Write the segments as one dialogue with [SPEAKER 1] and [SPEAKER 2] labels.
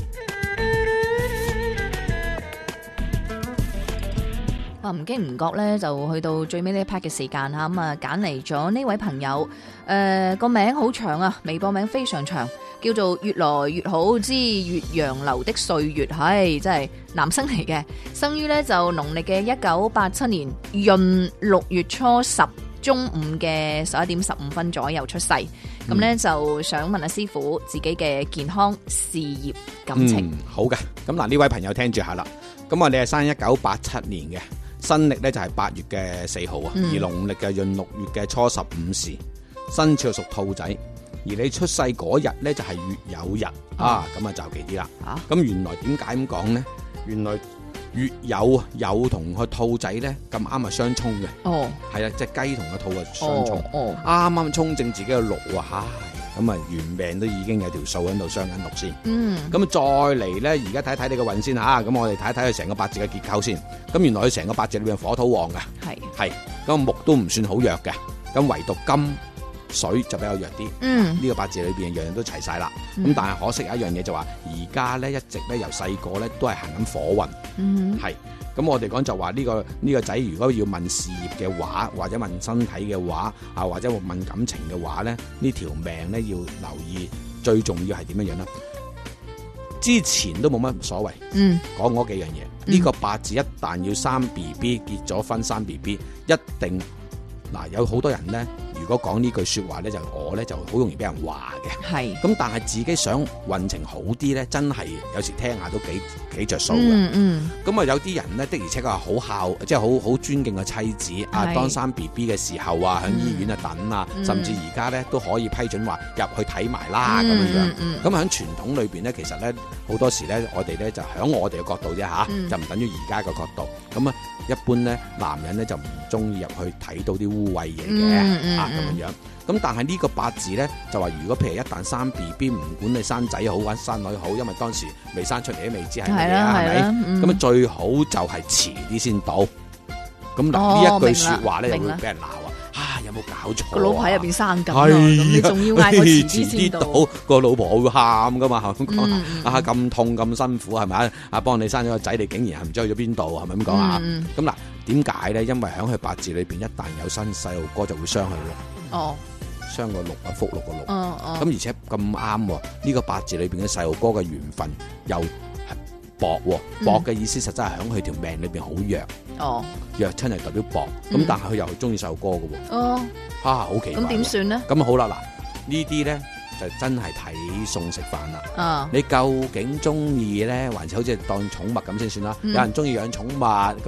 [SPEAKER 1] 話啊唔經唔覺咧，就去到最尾呢一 part 嘅時間嚇，咁啊揀嚟咗呢位朋友，誒、個名好長啊，微博名非常長，叫做越來越好之越洋流的歲月，唉、真係男生嚟嘅，生於呢就農曆嘅一九八七年閏六月初十。中午嘅十一點十五分左右出世，咁呢就想問下師傅自己嘅健康、事業、感情。
[SPEAKER 2] 嗯、好嘅，咁嗱呢位朋友聽住下啦。咁我哋係生一九八七年嘅，新歷咧就係八月嘅四號啊，
[SPEAKER 1] 嗯
[SPEAKER 2] 而農曆嘅閏六月嘅初十五時，生肖屬兔仔。而你出世嗰日咧就係月有日啊，
[SPEAKER 1] 嗯
[SPEAKER 2] 咁啊就忌啲啦。
[SPEAKER 1] 啊
[SPEAKER 2] 咁原來點解咁講呢？原來月有啊有同個兔仔咧咁啱係相沖嘅，
[SPEAKER 1] 哦，
[SPEAKER 2] 係啦，即係雞同個兔啊相沖
[SPEAKER 1] 哦，。哦，
[SPEAKER 2] 啱啱沖正自己嘅六啊，唉，咁啊原命都已經有條數喺度傷緊六先。
[SPEAKER 1] 嗯，
[SPEAKER 2] 咁再嚟呢，而家睇睇你個運先嚇，咁我哋睇睇佢成個八字嘅結構先。咁原來佢成個八字裏面火土旺嘅，
[SPEAKER 1] 係，
[SPEAKER 2] 係咁木都唔算好弱嘅，咁唯獨金水就比較弱啲。
[SPEAKER 1] 嗯，
[SPEAKER 2] 呢、個八字裏邊樣樣都齊晒啦。咁、
[SPEAKER 1] 嗯
[SPEAKER 2] 但係可惜有一樣嘢就話，而家呢，一直呢，由細個呢都係行緊火運，
[SPEAKER 1] 嗯，
[SPEAKER 2] 係。咁我哋講就話呢、個呢、個仔如果要問事業嘅話，或者問身體嘅話，啊或者問感情嘅話呢，呢條命呢要留意，最重要係點樣樣呢？之前都冇乜所謂。
[SPEAKER 1] 嗯，
[SPEAKER 2] 講嗰幾樣嘢，
[SPEAKER 1] 嗯
[SPEAKER 2] 呢、個八字一旦要生 B B 結咗婚生 B B，一定嗱有好多人呢，如果講呢句説話呢，就我呢就好容易俾人話嘅。
[SPEAKER 1] 係。
[SPEAKER 2] 咁但係自己想運程好啲呢，真係有時聽下都幾幾着數嘅。
[SPEAKER 1] 嗯嗯
[SPEAKER 2] 咁啊、有啲人呢，的而且確係好孝，即係好好尊敬個妻子啊。
[SPEAKER 1] 係
[SPEAKER 2] 當生 B B 嘅時候啊，喺醫院啊等啊，
[SPEAKER 1] 嗯
[SPEAKER 2] 甚至而家呢，都可以批准話入去睇埋啦
[SPEAKER 1] 嗯
[SPEAKER 2] 咁樣樣。
[SPEAKER 1] 嗯嗯
[SPEAKER 2] 咁喺傳統裏邊咧，其實咧好多時咧，我哋咧就喺我哋嘅角度啫吓，
[SPEAKER 1] 嗯
[SPEAKER 2] 就唔等於而家嘅角度。咁啊，一般咧男人咧就唔中意入去睇到啲污穢嘢嘅
[SPEAKER 1] 嗯嗯
[SPEAKER 2] 啊
[SPEAKER 1] 嗯
[SPEAKER 2] 咁樣樣。咁但係呢個八字咧就話，如果譬如一旦生 B B，唔管你生仔好或者生女好，因為當時未生出嚟都未知係乜
[SPEAKER 1] 係
[SPEAKER 2] 嘢啊，
[SPEAKER 1] 啦
[SPEAKER 2] 係
[SPEAKER 1] 係啦
[SPEAKER 2] 咪？，
[SPEAKER 1] 嗯
[SPEAKER 2] 咁啊最好就係遲啲先到。咁嗱呢
[SPEAKER 1] 哦
[SPEAKER 2] 一句
[SPEAKER 1] 明啦
[SPEAKER 2] 説話咧就
[SPEAKER 1] 明
[SPEAKER 2] 會
[SPEAKER 1] 啦
[SPEAKER 2] 俾人鬧啊！啊有冇搞錯啊？
[SPEAKER 1] 個老婆喺入邊生緊啊，
[SPEAKER 2] 哦係
[SPEAKER 1] 咁你仲要嗌我遲啲
[SPEAKER 2] 哎 遲
[SPEAKER 1] 先
[SPEAKER 2] 到
[SPEAKER 1] 到，
[SPEAKER 2] 個老婆會喊噶嘛？係咪咁講啊
[SPEAKER 1] 嗯嗯
[SPEAKER 2] 啊咁痛咁辛苦係咪啊？幫你生咗個仔，你竟然係唔知去咗邊度係咪咁講啊？
[SPEAKER 1] 嗯
[SPEAKER 2] 咁嗱，點解咧？因為喺佢八字裏邊，一旦有新細路哥就會傷佢咯，
[SPEAKER 1] 嗯哦，
[SPEAKER 2] 傷個六啊，福六個六。
[SPEAKER 1] 哦哦，
[SPEAKER 2] 咁而且咁啱喎，呢個八字裏邊嘅細路哥嘅緣分又係薄喎，
[SPEAKER 1] 嗯
[SPEAKER 2] 薄嘅意思實質係喺佢條命裏邊好弱，
[SPEAKER 1] 哦
[SPEAKER 2] 弱親係代表薄。咁
[SPEAKER 1] 嗯
[SPEAKER 2] 但係佢又好中意細路哥嘅喎，
[SPEAKER 1] 哦，
[SPEAKER 2] 啊好奇怪喎。
[SPEAKER 1] 咁點算咧？
[SPEAKER 2] 咁好啦，嗱呢啲呢就真係睇餸食飯啦。
[SPEAKER 1] 啊，
[SPEAKER 2] 你究竟中意呢？還是好似當寵物咁先算啦？
[SPEAKER 1] 嗯
[SPEAKER 2] 有人中意養寵物，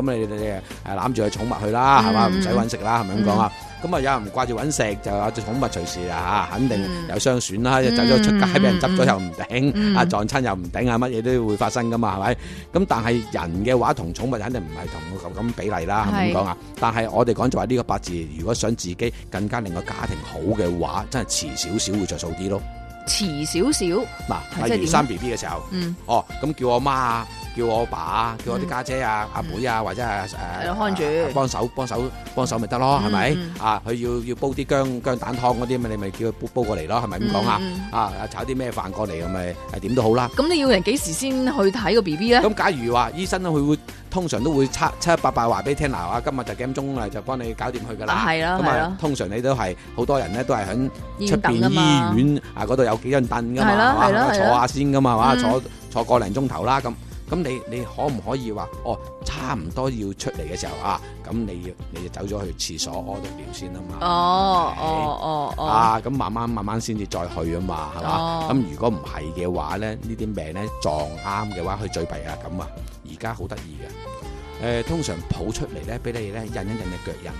[SPEAKER 2] 咁你你誒攬住佢寵物去啦，係嘛、
[SPEAKER 1] 嗯
[SPEAKER 2] 唔使揾食啦，係咪咁講啊？咁啊，有人掛住揾食，就有隻寵物隨時啊，肯定
[SPEAKER 1] 嗯
[SPEAKER 2] 有相損啦，走咗出街俾人執咗又唔頂，啊撞親又唔頂啊，乜嘢都會發生噶嘛，係咪？咁但係人嘅話同寵物肯定唔係同咁比例啦，係咪咁
[SPEAKER 1] 係
[SPEAKER 2] 講啊？但係我哋講就話呢個八字，如果想自己更加令個家庭好嘅話，真係遲少少會着數啲咯。
[SPEAKER 1] 遲少少，
[SPEAKER 2] 嗱，
[SPEAKER 1] 係即係
[SPEAKER 2] 例如
[SPEAKER 1] 點啊
[SPEAKER 2] 生 B B 嘅時候。
[SPEAKER 1] 嗯，
[SPEAKER 2] 哦，咁叫我媽啊，叫我爸啊，叫我啲家姐啊、阿妹啊，或者係
[SPEAKER 1] 係
[SPEAKER 2] 誒
[SPEAKER 1] 咯嗯看住
[SPEAKER 2] 啊幫手幫手幫手咪得咯，係咪
[SPEAKER 1] 嗯？
[SPEAKER 2] 啊，佢要要煲啲薑薑蛋湯嗰啲，咪你咪叫佢煲煲過嚟咯，係咪咁講啊
[SPEAKER 1] 嗯？
[SPEAKER 2] 啊，炒啲咩飯過嚟，咁咪誒點都好啦。
[SPEAKER 1] 咁你要人幾時先去睇個 B B 咧？
[SPEAKER 2] 咁假如話醫生咧，佢會通常都會七七七八八話俾你聽嗱，啊今日就幾點鐘啊，就幫你搞掂佢㗎
[SPEAKER 1] 啊
[SPEAKER 2] 啦。
[SPEAKER 1] 係啦
[SPEAKER 2] 咁
[SPEAKER 1] 係
[SPEAKER 2] 啊
[SPEAKER 1] 啦，
[SPEAKER 2] 通常你都係好多人咧都係喺
[SPEAKER 1] 醫
[SPEAKER 2] 出
[SPEAKER 1] 院
[SPEAKER 2] 邊
[SPEAKER 1] 等啊嘛
[SPEAKER 2] 醫，院啊嗰度有幾張凳噶嘛，
[SPEAKER 1] 係啦
[SPEAKER 2] 係
[SPEAKER 1] 係啦
[SPEAKER 2] 嘛
[SPEAKER 1] 係
[SPEAKER 2] 坐
[SPEAKER 1] 啦
[SPEAKER 2] 下先噶嘛，係嘛
[SPEAKER 1] 嗯
[SPEAKER 2] 坐坐個零鐘頭啦咁。咁你你可唔可以話哦？差唔多要出嚟嘅時候啊，咁你要你就走咗去廁所屙到尿先啊嘛。
[SPEAKER 1] 哦哦哦哦，
[SPEAKER 2] 啊，咁慢慢慢慢先至再去啊嘛，係嘛
[SPEAKER 1] 哦？
[SPEAKER 2] 咁、如果唔係嘅話咧，呢啲命咧撞啱嘅話，佢最弊啊咁啊！而家好得意嘅，誒、通常抱出嚟咧，俾你咧印一印嘅腳印，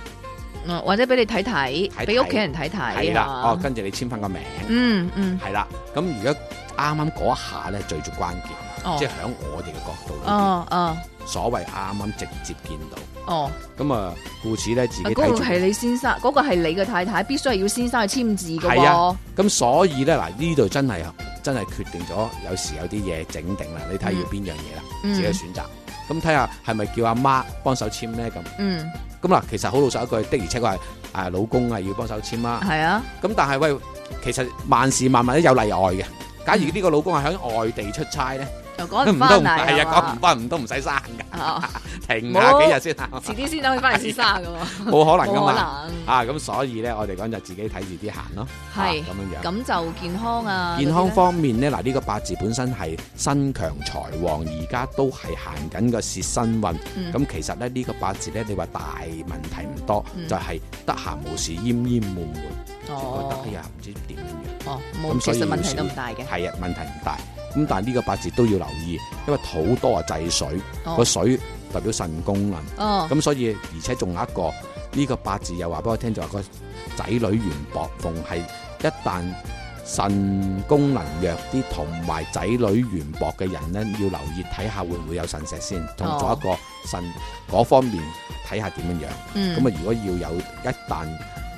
[SPEAKER 1] 嗯或者俾你睇
[SPEAKER 2] 睇
[SPEAKER 1] 睇，俾屋企人睇睇
[SPEAKER 2] 係
[SPEAKER 1] 係啊
[SPEAKER 2] 啦，
[SPEAKER 1] 嘛
[SPEAKER 2] 哦，，跟住你簽翻個名。
[SPEAKER 1] 嗯嗯，
[SPEAKER 2] 係啦，咁如果啱啱嗰一下咧最最關鍵，
[SPEAKER 1] 哦
[SPEAKER 2] 即係喺我哋嘅角度裏邊，
[SPEAKER 1] 哦哦
[SPEAKER 2] 所謂啱啱直接見到。
[SPEAKER 1] 哦，啊
[SPEAKER 2] 咁啊，故此咧自己
[SPEAKER 1] 嗰
[SPEAKER 2] 睇
[SPEAKER 1] 個
[SPEAKER 2] 住。
[SPEAKER 1] 係你先生，嗰個係你嘅太太，必須係要先生去簽字嘅
[SPEAKER 2] 係啊
[SPEAKER 1] 喎。
[SPEAKER 2] 咁所以咧，嗱呢度真係真係決定咗，有時有啲嘢整定啦，你睇要邊樣嘢啦，
[SPEAKER 1] 嗯
[SPEAKER 2] 自己選擇。咁睇下係咪叫阿媽幫手簽咧咁。
[SPEAKER 1] 嗯，
[SPEAKER 2] 咁嗱，其實好老實一句，的而且確係啊老公啊要幫手簽啦。
[SPEAKER 1] 係啊，
[SPEAKER 2] 咁但係喂，其實萬事萬物都有例外嘅。假
[SPEAKER 1] 嗯
[SPEAKER 2] 如呢個老公係喺外地出差咧，
[SPEAKER 1] 又
[SPEAKER 2] 都
[SPEAKER 1] 趕哦
[SPEAKER 2] 唔
[SPEAKER 1] 唔
[SPEAKER 2] 都
[SPEAKER 1] 翻
[SPEAKER 2] 唔
[SPEAKER 1] 嚟
[SPEAKER 2] 係
[SPEAKER 1] 係
[SPEAKER 2] 啊，講
[SPEAKER 1] 嘛
[SPEAKER 2] 唔翻唔都唔使生噶，
[SPEAKER 1] 啊，
[SPEAKER 2] 停下幾日先啊，
[SPEAKER 1] 遲啲先生可以翻嚟先生 嘅喎，
[SPEAKER 2] 冇可能噶
[SPEAKER 1] 冇可
[SPEAKER 2] 嘛。
[SPEAKER 1] 能。
[SPEAKER 2] 啊，咁所以咧，我哋講就自己睇住啲行咯，
[SPEAKER 1] 係
[SPEAKER 2] 啊咁樣樣。
[SPEAKER 1] 咁就健康啊，
[SPEAKER 2] 健康方面呢，嗱呢個八字本身係身強財旺，而家都係行緊個蝕身運。咁、
[SPEAKER 1] 嗯
[SPEAKER 2] 其實咧呢個八字呢，你話大問題唔多，
[SPEAKER 1] 嗯
[SPEAKER 2] 就係得閒無事奄奄悶悶，
[SPEAKER 1] 嗰啲呢
[SPEAKER 2] 覺得哎
[SPEAKER 1] 哦
[SPEAKER 2] 呀唔知點樣
[SPEAKER 1] 哦，
[SPEAKER 2] 咁
[SPEAKER 1] 冇，其
[SPEAKER 2] 所以
[SPEAKER 1] 實問
[SPEAKER 2] 要
[SPEAKER 1] 題
[SPEAKER 2] 注
[SPEAKER 1] 都唔
[SPEAKER 2] 意
[SPEAKER 1] 大嘅
[SPEAKER 2] 樣。。係啊，問題唔大。咁但係呢個八字都要留意，因為土多啊制水，個、
[SPEAKER 1] 哦
[SPEAKER 2] 水代表腎功能。
[SPEAKER 1] 哦，
[SPEAKER 2] 咁所以而且仲有一個呢、個八字又話俾我聽，就話個仔女緣薄，逢係一旦腎功能弱啲，同埋仔女緣薄嘅人呢，要留意睇下會唔會有腎石先，同
[SPEAKER 1] 哦
[SPEAKER 2] 咗一個腎嗰方面睇下點樣樣。
[SPEAKER 1] 嗯，
[SPEAKER 2] 咁啊、如果要有一旦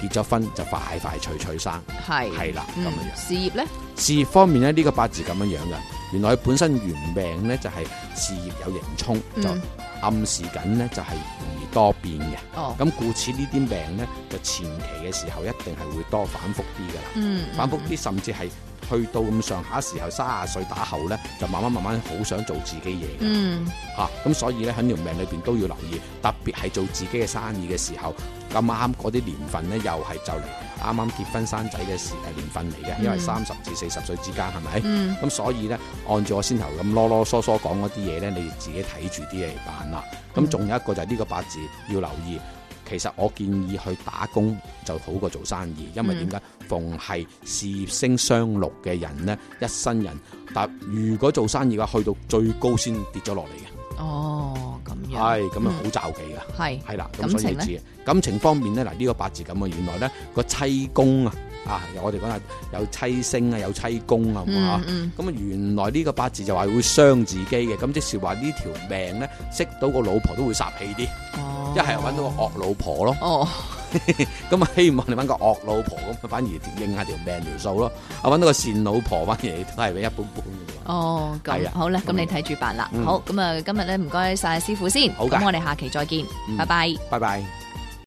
[SPEAKER 2] 結咗婚，就快快脆脆生，
[SPEAKER 1] 係
[SPEAKER 2] 係啦咁
[SPEAKER 1] 嗯
[SPEAKER 2] 樣樣。
[SPEAKER 1] 事業咧，
[SPEAKER 2] 事業方面咧，呢、個八字咁樣樣嘅，原來佢本身原命呢就係、事業有迎衝，
[SPEAKER 1] 嗯
[SPEAKER 2] 就暗示緊呢就係容易多變嘅。
[SPEAKER 1] 哦，
[SPEAKER 2] 咁故此呢啲病呢，就前期嘅時候一定係會多反覆啲噶啦，
[SPEAKER 1] 嗯，
[SPEAKER 2] 反覆啲甚至係去到咁上下時候，三十歲打後呢，就慢慢慢慢好想做自己嘢嘅
[SPEAKER 1] 嗯，
[SPEAKER 2] 嚇，啊咁、所以呢，喺條命裏邊都要留意，特別係做自己嘅生意嘅時候，咁啱嗰啲年份呢，又係就嚟啱啱結婚生仔嘅時誒年份嚟嘅，因為
[SPEAKER 1] 嗯
[SPEAKER 2] 三十至四十歲之間係咪？
[SPEAKER 1] 嗯，
[SPEAKER 2] 咁所以呢，按照我先頭咁囉囉嗦嗦講嗰啲嘢呢，你自己睇住啲嚟辦啦。咁
[SPEAKER 1] 嗯
[SPEAKER 2] 仲有一個就係呢個八字要留意。其實我建議去打工就好過做生意，因為
[SPEAKER 1] 嗯
[SPEAKER 2] 點解？逢係事業星相六嘅人呢，一生人，但如果做生意嘅話，去到最高先跌咗落嚟
[SPEAKER 1] 嗯哦，咁
[SPEAKER 2] 嘅，
[SPEAKER 1] 樣，
[SPEAKER 2] 係咁啊好
[SPEAKER 1] 嗯，
[SPEAKER 2] 罩忌噶，
[SPEAKER 1] 係，
[SPEAKER 2] 係啦。
[SPEAKER 1] 感
[SPEAKER 2] 咁所以
[SPEAKER 1] 情
[SPEAKER 2] 要
[SPEAKER 1] 呢
[SPEAKER 2] 知感情方面呢，嗱、呢個八字咁啊，原來呢個妻宮啊，啊我哋講下有妻星啊，有妻宮啊咁啊
[SPEAKER 1] 嗯。嗯，
[SPEAKER 2] 咁啊，原來呢個八字就話會傷自己嘅，咁即是話呢條命呢，識到個老婆都會殺氣啲，一
[SPEAKER 1] 哦，
[SPEAKER 2] 係揾到個惡老婆咯，
[SPEAKER 1] 哦，
[SPEAKER 2] 咁啊希望你揾個惡老婆咁，啊反而應下條命條數咯，啊揾到個善老婆反而都係一般般嘅喎。
[SPEAKER 1] 哦，
[SPEAKER 2] 係
[SPEAKER 1] 咁
[SPEAKER 2] 啊
[SPEAKER 1] 好啦，咁
[SPEAKER 2] 咁
[SPEAKER 1] 你睇住辦啦
[SPEAKER 2] 嗯。
[SPEAKER 1] 好，咁啊，今日咧唔該晒師傅先，
[SPEAKER 2] 好㗎
[SPEAKER 1] 咁我哋下期再見
[SPEAKER 2] 嗯，
[SPEAKER 1] 拜拜。
[SPEAKER 2] 拜拜。